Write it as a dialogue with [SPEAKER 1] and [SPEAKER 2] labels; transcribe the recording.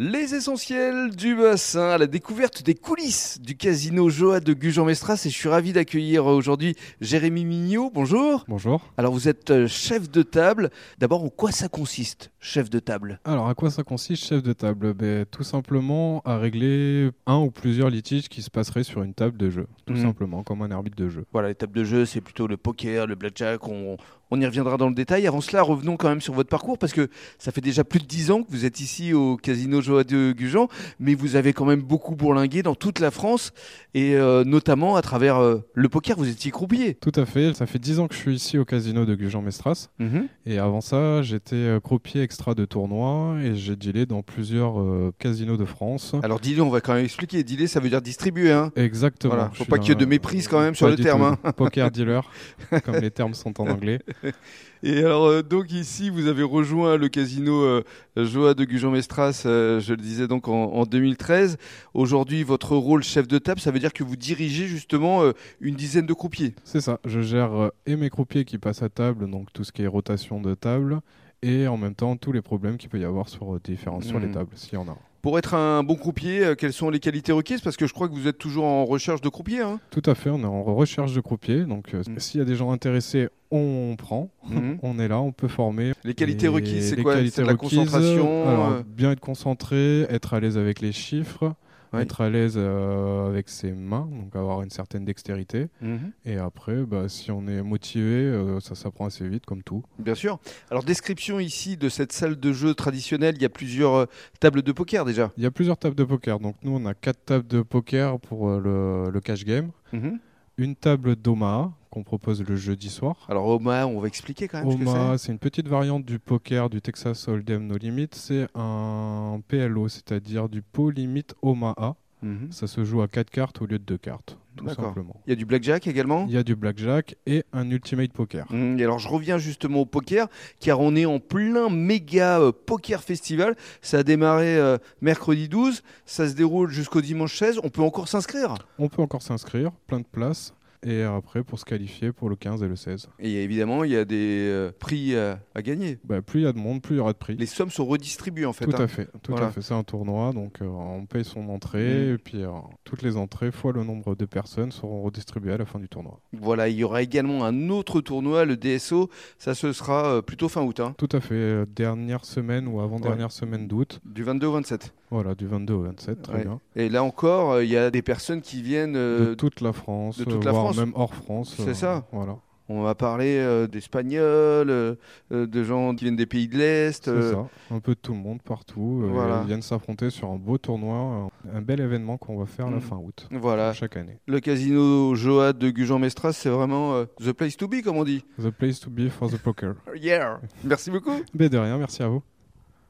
[SPEAKER 1] Les essentiels du bassin à la découverte des coulisses du casino Joa de Gujan-Mestras et je suis ravi d'accueillir aujourd'hui Jérémy Mignot. Bonjour.
[SPEAKER 2] Bonjour.
[SPEAKER 1] Alors vous êtes euh, chef de table. D'abord, en quoi ça consiste, chef de table
[SPEAKER 2] Alors, à quoi ça consiste, chef de table ben, Tout simplement à régler un ou plusieurs litiges qui se passeraient sur une table de jeu. Tout
[SPEAKER 1] Mhm.
[SPEAKER 2] simplement, comme un arbitre de jeu.
[SPEAKER 1] Voilà, les tables de jeu, c'est plutôt le poker, le blackjack. On, on y reviendra dans le détail. Avant cela, revenons quand même sur votre parcours parce que ça fait déjà plus de 10 ans que vous êtes ici au casino Joa de Gujan, mais vous avez quand même beaucoup bourlingué dans toute la France et euh, notamment à travers euh, le poker. Vous étiez croupier.
[SPEAKER 2] Tout à fait. Ça fait 10 ans que je suis ici au casino de Gujan-Mestras.
[SPEAKER 1] Mm-hmm.
[SPEAKER 2] Et avant ça, j'étais euh, croupier extra de tournoi et j'ai dealé dans plusieurs euh, casinos de France.
[SPEAKER 1] Alors dealer, on va quand même expliquer. Dealer, ça veut dire distribuer. Hein.
[SPEAKER 2] Exactement.
[SPEAKER 1] Voilà, faut
[SPEAKER 2] Je suis
[SPEAKER 1] pas qu'il y ait
[SPEAKER 2] un-
[SPEAKER 1] de méprise quand même sur
[SPEAKER 2] pas
[SPEAKER 1] le
[SPEAKER 2] du
[SPEAKER 1] terme, hein.
[SPEAKER 2] tout. Poker dealer, comme les termes sont en anglais.
[SPEAKER 1] Et alors euh, donc ici, vous avez rejoint le casino euh, Joa de Gujan-Mestras, euh, je le disais donc en, en 2013. Aujourd'hui, votre rôle chef de table, ça veut dire que vous dirigez justement euh, une dizaine de croupiers.
[SPEAKER 2] C'est ça. Je gère euh, et mes croupiers qui passent à table, donc tout ce qui est rotation de table, et en même temps tous les problèmes qu'il peut y avoir sur euh, différents sur les
[SPEAKER 1] Mhm.
[SPEAKER 2] tables, s'il y en a.
[SPEAKER 1] Pour être un bon croupier, euh, quelles sont les qualités requises Parce que je crois que vous êtes toujours en recherche de croupiers. hein.
[SPEAKER 2] Tout à fait, on est en recherche de croupiers, donc euh,
[SPEAKER 1] Mhm.
[SPEAKER 2] s'il y a des gens intéressés, on prend,
[SPEAKER 1] Mhm.
[SPEAKER 2] on est là, on peut former.
[SPEAKER 1] Les qualités
[SPEAKER 2] Et
[SPEAKER 1] requises, c'est
[SPEAKER 2] les
[SPEAKER 1] quoi
[SPEAKER 2] qualités
[SPEAKER 1] C'est de la
[SPEAKER 2] requises,
[SPEAKER 1] concentration
[SPEAKER 2] alors,
[SPEAKER 1] euh,
[SPEAKER 2] Bien être concentré, être à l'aise avec les chiffres,
[SPEAKER 1] Ouais.
[SPEAKER 2] être à l'aise euh, avec ses mains, donc avoir une certaine dextérité. Et après, bah, si on est motivé, euh, ça s'apprend assez vite, comme tout.
[SPEAKER 1] Bien sûr. Alors description ici de cette salle de jeu traditionnelle, il y a plusieurs euh, tables de poker déjà.
[SPEAKER 2] Il y a plusieurs tables de poker. Donc nous, on a quatre tables de poker pour euh, le, le cash game. Une table d'Omaha qu'on propose le jeudi soir.
[SPEAKER 1] Alors Oma, on va expliquer quand même ce Ah, que
[SPEAKER 2] Omaha, c'est une petite variante du poker du Texas Hold'em No Limit. C'est un PLO, c'est-à-dire du pot limite Omaha.
[SPEAKER 1] c'est. Mhm.
[SPEAKER 2] Ça se joue à quatre cartes au lieu de deux cartes, tout
[SPEAKER 1] D'accord.
[SPEAKER 2] simplement.
[SPEAKER 1] Il y a du blackjack également
[SPEAKER 2] Il y a du blackjack et un ultimate poker.
[SPEAKER 1] Mm, Et alors je reviens justement au poker, car on est en plein méga euh, poker festival. Ça a démarré euh, mercredi 12, ça se déroule jusqu'au dimanche 16. On peut encore s'inscrire.
[SPEAKER 2] On peut encore s'inscrire, plein de places. Et après, pour se qualifier pour le 15 et le 16.
[SPEAKER 1] Et évidemment, il y a des euh, prix euh, à gagner.
[SPEAKER 2] Bah, plus il y a de monde, plus il y aura de prix.
[SPEAKER 1] Les sommes sont redistribuées en fait.
[SPEAKER 2] Tout
[SPEAKER 1] hein.
[SPEAKER 2] à fait, tout
[SPEAKER 1] Voilà. Mm.
[SPEAKER 2] à fait. C'est un tournoi, donc euh, on paye son entrée, et puis euh, toutes les entrées fois le nombre de personnes seront redistribuées à la fin du tournoi.
[SPEAKER 1] Voilà, il y aura également un autre tournoi, le DSO. Ça, ce sera euh, plutôt fin août, hein,
[SPEAKER 2] Tout à fait, euh, dernière semaine ou avant-dernière semaine d'août,
[SPEAKER 1] du 22 au 27.
[SPEAKER 2] voilà, du 22 au 27, très
[SPEAKER 1] Ouais.
[SPEAKER 2] bien.
[SPEAKER 1] Et là encore, euh, il y a des personnes qui viennent.
[SPEAKER 2] De
[SPEAKER 1] euh,
[SPEAKER 2] toute la France,
[SPEAKER 1] de toute
[SPEAKER 2] euh,
[SPEAKER 1] la
[SPEAKER 2] voire
[SPEAKER 1] France.
[SPEAKER 2] même hors France. euh,
[SPEAKER 1] C'est ça.
[SPEAKER 2] Voilà,
[SPEAKER 1] on va parler euh, d'Espagnols, euh, euh, de gens qui viennent des pays de l'Est.
[SPEAKER 2] c'est
[SPEAKER 1] euh,
[SPEAKER 2] ça. Un peu de tout le monde partout, euh,
[SPEAKER 1] voilà.
[SPEAKER 2] ils viennent s'affronter sur un beau tournoi, un, un bel événement qu'on va faire
[SPEAKER 1] Mm.
[SPEAKER 2] la fin août,
[SPEAKER 1] Voilà,
[SPEAKER 2] chaque année.
[SPEAKER 1] le casino Joa de Gujan-Mestras, c'est vraiment euh, the place to be, comme on dit.
[SPEAKER 2] The place to be for the poker.
[SPEAKER 1] Yeah Merci beaucoup
[SPEAKER 2] Mais de rien, merci à vous.